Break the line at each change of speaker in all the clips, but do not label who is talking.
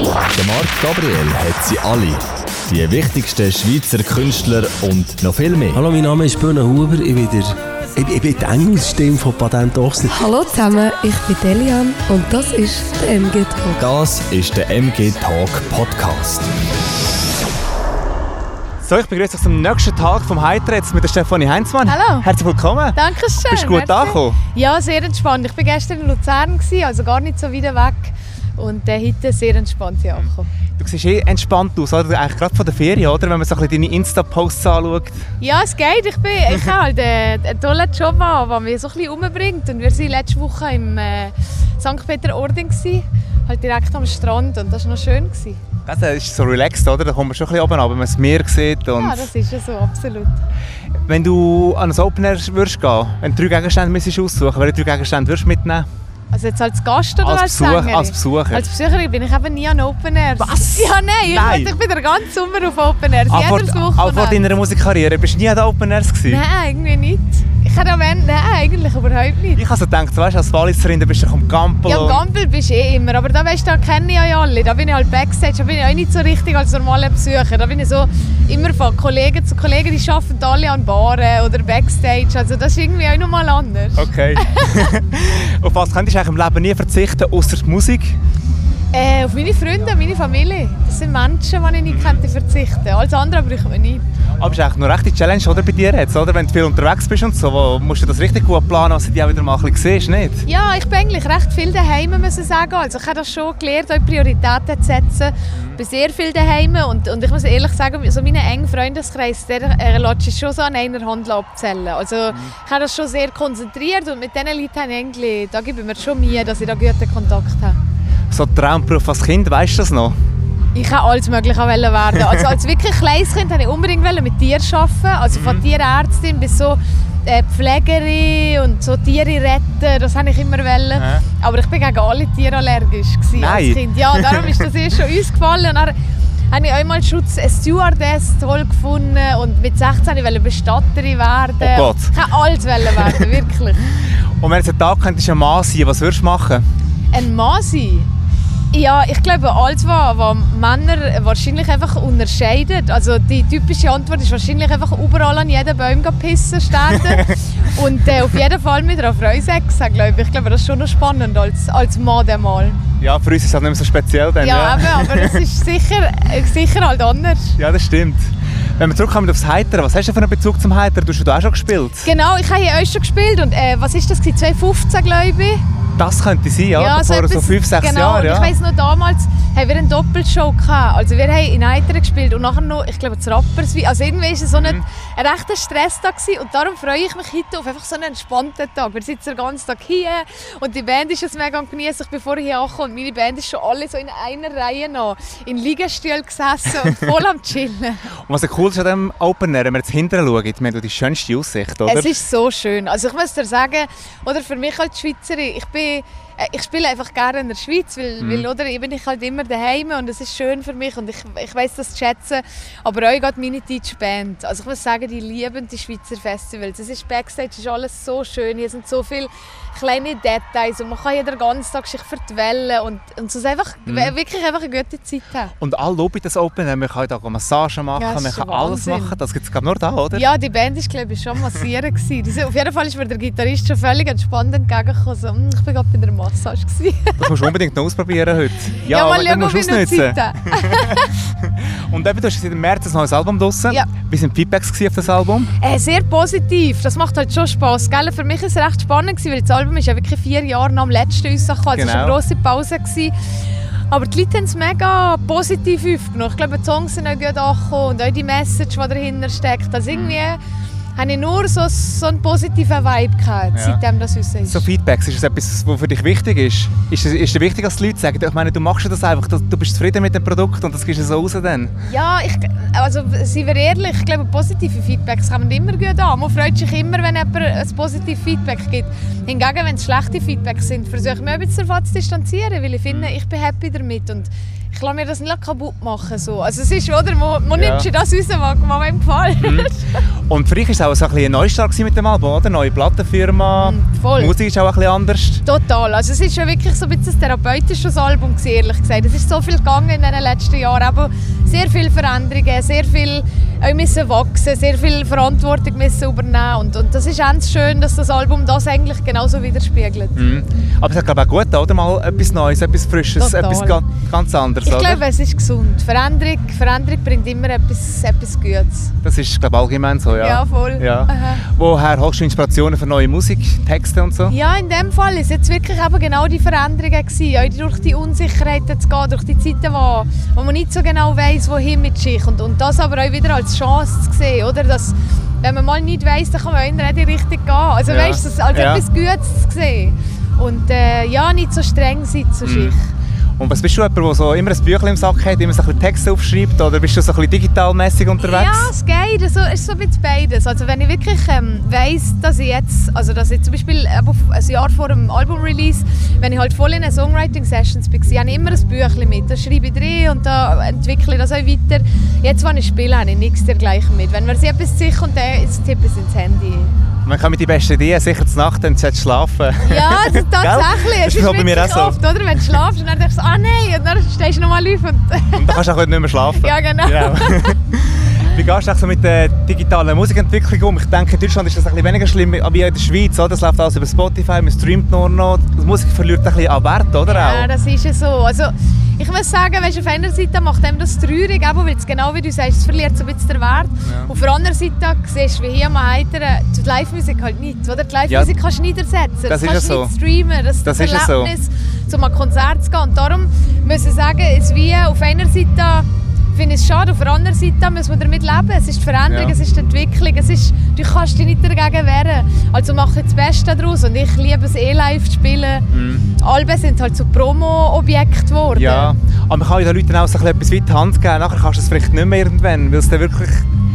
Der Marc Gabriel hat sie alle. Die wichtigsten Schweizer Künstler und noch viel mehr.
Hallo, mein Name ist Bruno Huber. Ich bin, der, ich, bin- ich bin die Engelsstimme von Patent Ochsen.
Hallo zusammen, ich bin Delian und das ist der MG Talk.
Das ist der MG Talk Podcast.
So, ich begrüße euch zum nächsten Tag vom Heitretz mit der Stefanie Heinzmann.
Hallo.
Herzlich willkommen.
Danke schön.
Bist du gut
merci.
angekommen?
Ja, sehr entspannt. Ich war gestern in Luzern, gewesen, also gar nicht so weit weg. Und äh, heute sehr entspannt hier angekommen.
Du siehst eh entspannt aus, oder? Eigentlich gerade von der Ferien, oder? Wenn man so ein bisschen deine Insta-Posts anschaut.
Ja, es geht. Ich, bin, ich habe halt äh, einen tollen Job an, der mich so ein bisschen umbringt. Und wir waren letzte Woche im äh, St. Peter-Ording, gewesen, halt direkt am Strand. Und das war noch schön. Gewesen.
Das äh, ist so relaxed, oder? Da kommt man schon ein bisschen runter, aber wenn man das Meer sieht. Und
Ja, das ist ja so, absolut.
Wenn du an ein Open Air würdest gehen, wenn du drei Gegenstände müsstest aussuchen welche drei Gegenstände würdest du mitnehmen?
Also jetzt als Gast oder
Als
als,
Besuch-
Sängerin?
als Besucher.
Als Besucherin bin ich eben nie an Open Airs.
Was?
Ja, nein.
Nein.
Ich, ich bin den ganzen Sommer auf Open Airs.
Auch vor,
Jedes Wochenende.
auch vor deiner Musikkarriere. Bist du nie an den Open Airs gewesen?
Nein, irgendwie nicht. Ich habe am Ende, nein, eigentlich überhaupt nicht.
Ich habe so gedacht, weißt, als Walliserin da bist du am Gampel.
Ja, am
und-
Gampel bist du eh immer, aber da weißt du, da kenne ich ja alle. Da bin ich halt Backstage, da bin ich auch nicht so richtig als normaler Besucher. Da bin ich so immer von Kollegen zu Kollegen, die arbeiten alle an Baren oder Backstage. Also das ist irgendwie auch nochmal anders.
Okay. Auf was könntest du eigentlich im Leben nie verzichten, außer die Musik?
Äh, auf meine Freunde, meine Familie. Das sind Menschen, die ich nicht könnte verzichten könnte. Alles andere braucht man nicht.
Aber es ist eigentlich noch eine rechte Challenge oder, bei dir jetzt, oder? Wenn du viel unterwegs bist und so, wo- musst du das richtig gut planen, dass du dich auch wieder mal ein bisschen siehst, nicht?
Ja, ich bin eigentlich recht viel daheim, muss ich sagen. Also ich habe das schon gelernt, auch Prioritäten zu setzen. Ich bin sehr viel daheim und, und ich muss ehrlich sagen, so meinen engen Freundeskreis, der äh, lässt sich schon so an einer Hand abzählen. Also ich habe das schon sehr konzentriert und mit diesen Leuten habe ich eigentlich, da gebe ich mir schon Mühe, dass ich da guten Kontakt habe.
So ein Traumberuf als Kind, weißt du das noch?
Ich wollte alles Mögliche werden. Also als wirklich kleines Kind wollte ich unbedingt mit Tieren arbeiten. Also von
Mhm.
Tierärztin bis so äh, Pflegerin und so Tiere retten, das wollte ich immer. Wollen.
Ja.
Aber ich war gegen alle Tiere allergisch gewesen
Nein.
als Kind. Ja, darum ist das erst schon uns gefallen. Und dann habe ich einmal Schutz eine Stewardess toll gefunden und mit 16 wollte ich Bestatterin werden.
Oh Gott.
Ich wollte alles werden, wirklich.
Und wenn jetzt ein Tag könntest du ein Mann sein, was würdest du machen?
Ein Mann sein? Ja, ich glaube, alles, was, was Männer wahrscheinlich einfach unterscheidet. Also die typische Antwort ist wahrscheinlich einfach überall an jedem Baum gehen pissen, starten. Und äh, auf jeden Fall mit einer Frau Sex haben, glaube ich. Ich glaube, das ist schon noch spannend als, als Mann mal.
Ja, für uns ist das nicht mehr so speziell dann,
Ja,
ja.
eben, aber es ist sicher, äh, sicher halt anders.
Ja, das stimmt. Wenn wir zurückkommen aufs Heiter, was hast du für einen Bezug zum Heiter? Du hast da auch schon gespielt.
Genau, ich habe hier auch schon gespielt und äh, was ist das? gewesen? 2015, glaube ich.
Das könnte sein, ja, vor so
etwas-
5, 6
genau,
Jahren.
Und
Ja.
ich weiss noch, damals haben wir eine Doppelshow gehabt. Also wir haben in Eiter gespielt und nachher noch, ich glaube, zu Rappers. Also irgendwie war es so ein,
Mhm.
ein rechter Stresstag gewesen. und darum freue ich mich heute auf einfach so einen entspannten Tag. Wir sitzen den ganzen Tag hier und die Band ist es mega am genießen, bevor ich hier ankomme. Und meine Band ist schon alle so in einer Reihe noch in Liegestuhl gesessen und voll am Chillen.
Und was cool ist an diesem Open Air, wenn wir jetzt hinterher schauen, wir haben ja die schönste Aussicht, oder?
Es ist so schön. Also ich muss dir sagen, oder für mich als Schweizerin, ich bin äh, ich spiele einfach gerne in der Schweiz, weil, weil oder, ich bin ich halt immer daheim und es ist schön für mich und ich, ich weiß das zu schätzen. Aber auch gerade meine deutsche Band. Also ich muss sagen, die lieben die Schweizer Festivals. Es ist Backstage, es ist alles so schön. Hier sind so viele kleine Details und man kann ja den ganzen Tag sich vertwellen und, und es ist einfach, wirklich einfach eine gute Zeit haben.
Und alle loben das Open Air. Man kann da Massagen machen,
Ja, das
man
ist
kann
schon
alles
Wahnsinn.
machen. Das gibt es nur da, oder?
Ja, die Band war glaube ich schon massieren. gewesen. Die sind- Auf jeden Fall ist mir der Gitarrist schon völlig entspannt entgegengekommen. So, «Hm, ich war gerade bei der Massage. gewesen.»
Das musst du unbedingt noch ausprobieren heute.
mal
das
schauen, ob ich noch Zeit habe.
Und eben, du hast seit März ein neues Album draussen.
Ja.
Wie sind die Feedbacks gewesen auf das Album?
Äh, sehr positiv. Das macht halt schon Spass. Gell? Für mich war es recht spannend, gewesen, weil das Album ist ja wirklich vier Jahre nach dem letzten rausgekommen. Also Es war eine
Genau.
grosse Pause. Gewesen. Aber die Leute haben es mega positiv aufgenommen. Ich glaube, die Songs sind auch gut angekommen und auch die Message, die dahinter steckt. Also irgendwie habe ich nur so, so einen positiven Vibe gehabt,
Mhm. Ja.
seitdem das raus ist.
So Feedbacks, ist das etwas, was für dich wichtig ist? Ist es ist dir wichtig, dass die Leute sagen, ich meine, du machst das einfach, du, du bist zufrieden mit dem Produkt und das gibst du so raus dann?
Ja, ich, also seien wir ehrlich, ich glaube, positive Feedbacks kann man immer gut an. Man freut sich immer, wenn jemand ein positives Feedback gibt. Hingegen, wenn es schlechte Feedbacks sind, versuche ich mich ein bisschen davon zu distanzieren, weil ich finde, ich bin happy damit und ich lasse mir das nicht kaputt machen. So. Also es ist, oder, man, man
Ja.
nimmt schon das raus, was was einem gefällt.
Und für dich ist es auch auch so ein bisschen ein Neustart gewesen mit dem Album, oder? Neue Plattenfirma,
Mm, voll.
Musik ist auch ein bisschen anders.
Total. Also es ist schon wirklich so ein bisschen ein therapeutisches Album, gewesen, ehrlich gesagt. Es ist so viel gegangen in den letzten Jahren. Aber sehr viele Veränderungen, sehr viel auch müssen wachsen, sehr viel Verantwortung müssen übernehmen. Und, und das ist ganz schön, dass das Album das eigentlich genauso widerspiegelt.
Mhm. Aber es hat glaube ich auch gut, getan, oder? Mal etwas Neues, etwas Frisches,
Total.
etwas ga- ganz anderes,
Ich
oder?
glaube, es ist gesund. Veränderung, Veränderung bringt immer etwas, etwas Gutes.
Das ist glaube ich allgemein so, ja.
Ja, voll.
Ja.
Aha.
Woher holst du Inspirationen für neue Musik, Texte und so?
Ja, in dem Fall ist jetzt wirklich eben genau die Veränderungen gewesen, auch durch die Unsicherheiten zu gehen, durch die Zeiten, wo, wo man nicht so genau weiß, wohin mit sich und, und das aber auch wieder als Chance zu sehen, oder? Dass, wenn man mal nicht weiß, dann kann man auch in die Richtung gehen. Also
Ja.
weißt du, das als
Ja.
etwas Gutes zu sehen und äh, ja, nicht so streng sein
Mhm.
zu sich.
Und was bist du jemand, der so immer ein Büchlein im Sack hat, immer so ein bisschen Texte aufschreibt oder bist du so ein bisschen digitalmäßig
Ja,
unterwegs?
es geht. Also, es ist so ein bisschen beides. Also, wenn ich wirklich ähm, weiss, dass ich jetzt, also dass ich zum Beispiel eben auf- ein Jahr vor dem Album-Release, wenn ich halt voll in den Songwriting-Sessions war, habe ich immer ein Büchlein mit. Da schreibe ich drin und da entwickle ich das auch weiter. Jetzt, wenn ich spiele, habe ich nichts dergleichen mit. Wenn mir sie etwas sich und dann jetzt tippe ich es ins Handy.
Man kann mit die besten Ideen sicher zur Nacht dann zu schlafen.
Ja, also tatsächlich.
Das
es
ist
ist
bei mir
wirklich
auch so.
oft, oder? Wenn du schlafst und dann denkst du, ah nein, und dann stehst du nochmal auf. Und
Und dann kannst du auch nicht mehr schlafen.
Ja, genau.
Wie gehst du auch so mit der digitalen Musikentwicklung um? Ich denke, in Deutschland ist das ein bisschen weniger schlimm wie in der Schweiz. Oder? Das läuft alles über Spotify, man streamt nur noch. Die Musik verliert ein bisschen an Wert, oder?
Ja,
auch?
das ist ja so. Also, ich muss sagen, weißt, auf einer Seite macht einem das traurig, eben, weil es genau wie du sagst, es verliert so ein bisschen den Wert. Auf der anderen Seite siehst du, wie hier mal heiter, die Live-Musik halt nicht. Oder? Die Live-Musik kannst du nicht ersetzen.
Das ist ja
kannst du
so.
nicht streamen. Das,
Das
das
ist ja so.
Erlebnis, um an Konzert zu gehen. Und darum muss ich sagen, es wie auf einer Seite finde ich es schade, auf der anderen Seite muss man damit leben. Es ist die Veränderung,
Ja.
es ist die Entwicklung, es ist, du kannst dich nicht dagegen wehren. Also mache ich das Beste daraus und ich liebe es eh live zu
Mhm.
spielen. Alben sind halt zu Promo-Objekt geworden.
Ja, aber man kann ja den Leuten auch so ein bisschen etwas weit die Hand geben. Nachher kannst du es vielleicht nicht mehr irgendwann, weil es dann wirklich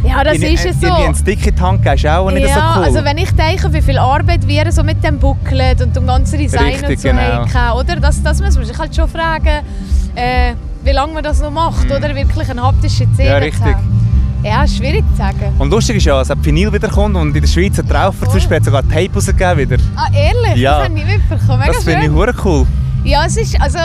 ja das
in,
ist es so.
irgendwie einen Stick in die Hand geben, ist auch nicht
ja,
so cool.
also wenn ich denke, wie viel Arbeit wir so mit dem Booklet und dem ganzen Design
Richtig,
und so
genau.
haben, oder? Das, das muss man sich halt schon fragen, äh, wie lange man das noch macht, oder? Wirklich eine haptische Szene
Mhm. Ja, richtig.
zu haben. Ja, schwierig zu sagen.
und lustig ist ja, dass Vinyl wieder kommt und in der Schweiz hat Traufer zum
Voll.
Beispiel hat sogar Tape rausgegeben wieder.
Ah, ehrlich?
Ja.
Das habe ich nicht mitbekommen. Mega
das finde ich
schön.
hure cool.
Ja, es ist, also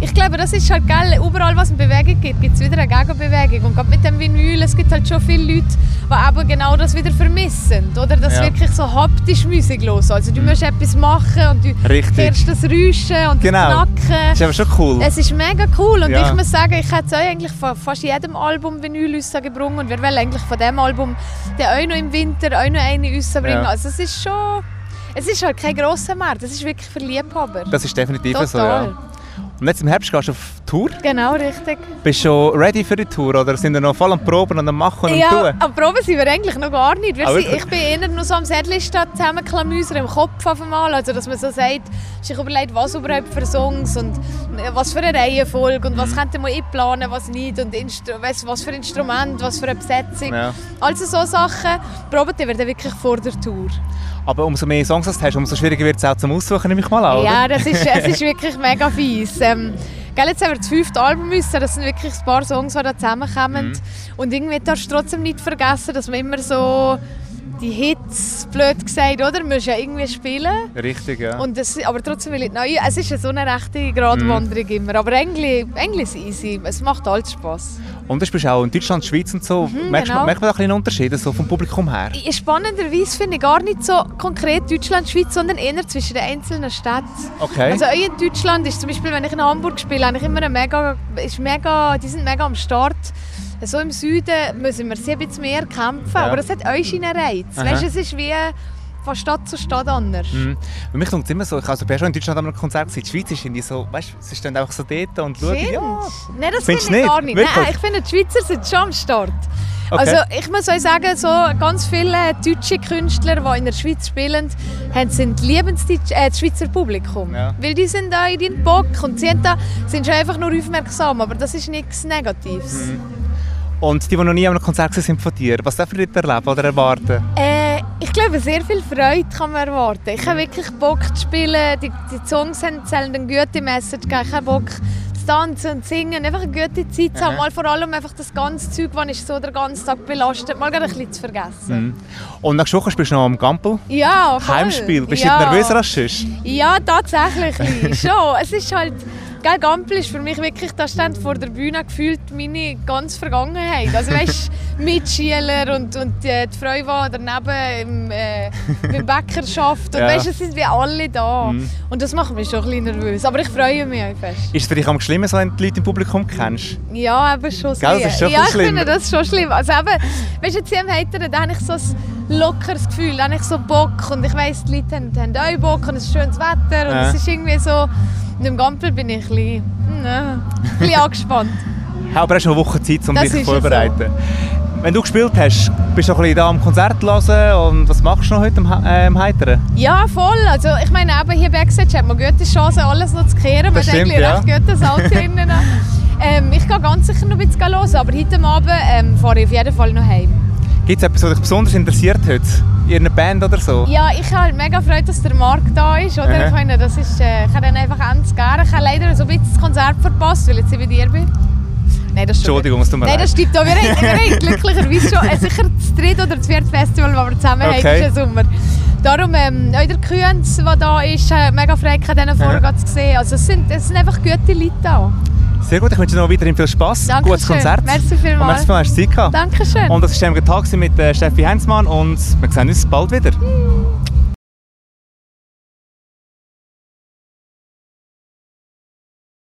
ich glaube, das ist halt geil. Überall, was es eine Bewegung gibt, gibt es wieder eine Gegenbewegung. Und gerade mit dem Vinyl, es gibt halt schon viele Leute, die eben genau das wieder vermissen. Oder das
Ja. Mhm.
wirklich so haptisch Musik los. Also du musst etwas machen und du
Richtig.
hörst das Rauschen und
Genau.
das Knacken.
Ist aber schon cool.
Es ist mega cool und
Ja.
ich muss sagen, ich hätte es auch eigentlich von fast jedem Album Vinyl rausgebracht und wir wollen eigentlich von diesem Album dann auch noch im Winter auch noch eine rausbringen.
Ja.
Also es ist schon, es ist halt kein grosser Markt, es ist wirklich für Liebhaber.
das ist definitiv so,
Total.
ja. Und jetzt im Herbst gehst du auf Tour.
Genau, richtig.
Bist du schon ready für die Tour oder sind wir noch voll am Proben und am Machen und am
Ja,
Tun?
am Proben sind wir eigentlich noch gar nicht. Wir
Ah,
sind,
wirklich?
ich bin eher nur so am Settlist-Stadt zusammenklamüsern im Kopf auf einmal. Also, dass man so sagt, sich überlegt, was überhaupt für Songs und äh, was für eine Reihenfolge und was
Mhm.
könnte man einplanen, was nicht und Instru weiss, was für Instrument, was für eine Besetzung.
Ja.
Also so Sachen proben wir dann wirklich vor der Tour.
Aber umso mehr Songs du hast, umso schwieriger wird es auch zum Aussuchen, nehme ich mal an, oder?
Ja, das ist, es ist wirklich mega fies. Ähm, gell, jetzt haben wir das fünfte Album müssen. Das sind wirklich ein paar Songs, die da zusammenkommen.
Mhm.
Und irgendwie darfst du trotzdem nicht vergessen, dass man immer so die Hits, blöd gesagt, oder? Du musst ja irgendwie spielen.
Richtig, ja.
Und das, aber trotzdem will ich neu. Es ist ja so eine rechte
Mhm.
Gratwanderung immer. Aber eigentlich, eigentlich ist es easy. Es macht alles Spaß.
Und das bist du auch in Deutschland, Schweiz und so. merkst,
genau.
man, merkt man da ein bisschen einen Unterschied so vom Publikum her?
Spannenderweise finde ich gar nicht so konkret Deutschland, Schweiz, sondern eher zwischen den einzelnen Städten.
Okay.
Also auch in Deutschland ist zum Beispiel, wenn ich in Hamburg spiele, habe ich immer eine mega, ist mega, die sind mega am Start. So im Süden müssen wir sehr bisschen mehr kämpfen,
Ja.
aber das hat euch einen Reiz.
Aha.
Weißt, du, es ist wie von Stadt zu Stadt anders.
Mhm. Bei mir klingt es immer so, ich also, bin ja schon in Deutschland an einem Konzert gewesen. Die Schweiz ist irgendwie so, weißt du, sie stehen einfach so dort und schauen.
Findest?
Ja.
Nein, das
Findest
finde ich
nicht?
gar nicht.
Wirklich?
Nein, ich finde, die Schweizer sind schon am Start.
Okay.
Also ich muss euch sagen, so ganz viele deutsche Künstler, die in der Schweiz spielen, haben, sind liebens die, äh, das Schweizer Publikum.
Ja.
Weil die sind da in den Bock und sie haben da, sind schon einfach nur aufmerksam, aber das ist nichts Negatives.
Und die, die noch nie an einem Konzert waren, sind von dir. Was darf ich dort erleben oder erwarten?
Äh, ich glaube, sehr viel Freude kann man erwarten. Ich habe wirklich Bock zu spielen. Die, die Songs haben- sollen eine gute Message geben. Ich habe Bock, dass tanzen und singen, einfach eine gute Zeit zu haben. Mal vor allem einfach das ganze Zeug, das ich so den ganzen Tag belastet, mal gerade ein bisschen zu
Mhm.
vergessen.
Und nächste Woche spielst du noch am Gampel.
Ja, voll.
Heimspiel. Bist du
ja.
nicht nervöser als sonst?
Ja, tatsächlich. ein bisschen. schon. Es ist halt. Gell, Gampel ist für mich wirklich, da stand vor der Bühne gefühlt meine ganze Vergangenheit. Also weißt Mitschüler und, und äh, die Freude, die daneben im, äh, beim Bäcker schafft. Und
Ja.
weißt, es sind wie alle da. Und das macht mich schon ein bisschen nervös. Aber ich freue mich einfach.
Ist es für dich am schlimmsten, wenn du die Leute im Publikum kennst?
Ja, eben schon
Gell, das
sehr.
ist schon
Ja,
viel
ich finde
schlimmer.
das schon schlimm. Also eben, weißt du, jetzt hier im Heiteren, da habe ich so ein lockeres Gefühl, da habe ich so Bock und ich weiss, die Leute haben, haben auch Bock und es ist schönes Wetter und
Ja.
es ist irgendwie so... Und im Gampel bin ich ein bisschen, ne, ein bisschen angespannt.
Ja, aber hast du noch eine Woche Zeit, um
Das
dich
ist ja
vorzubereiten. Wenn du gespielt hast, bist du noch ein bisschen da am Konzert hören und was machst du noch heute am, He- äh, am Heiteren?
Ja, voll. Also ich meine, eben hier Backstage hat man gute Chancen, alles noch zu kehren. Man
Das
hat
stimmt,
eigentlich recht gutes Alter drinnen. Ähm, ich gehe ganz sicher noch ein bisschen hören, aber heute Abend ähm, fahre ich auf jeden Fall noch heim.
Gibt es etwas, was dich besonders interessiert heute? In einer Band oder so?
Ja, ich habe halt mega Freude, dass der Marc da ist. Oder?
Mhm.
Ich, meine, das ist äh, ich habe ihn einfach ends gern. Ich habe leider so ein bisschen das Konzert verpasst, weil ich jetzt bei dir bin. Nein, das ist schon
Entschuldigung, es tut mir
Nein, das
leid.
stimmt auch. Wir haben, wir haben glücklicherweise schon äh, sicher das dritte oder das vierte Festival, das wir zusammen
Okay.
haben, ist im Sommer. Darum, ähm, auch der Kühns, der da ist, hat mega Freude, gehabt, diesen Vorgang zu sehen. Also, es, sind, es sind einfach gute Leute da.
Sehr gut, ich wünsche dir noch weiterhin viel Spass.
Dankeschön.
Gutes Konzert.
Merci
Und merci
vielmals.
vielmals, hast du Zeit gehabt.
Dankeschön.
Und das war der Tag mit äh, Steffi Heinzmann und wir sehen uns bald wieder.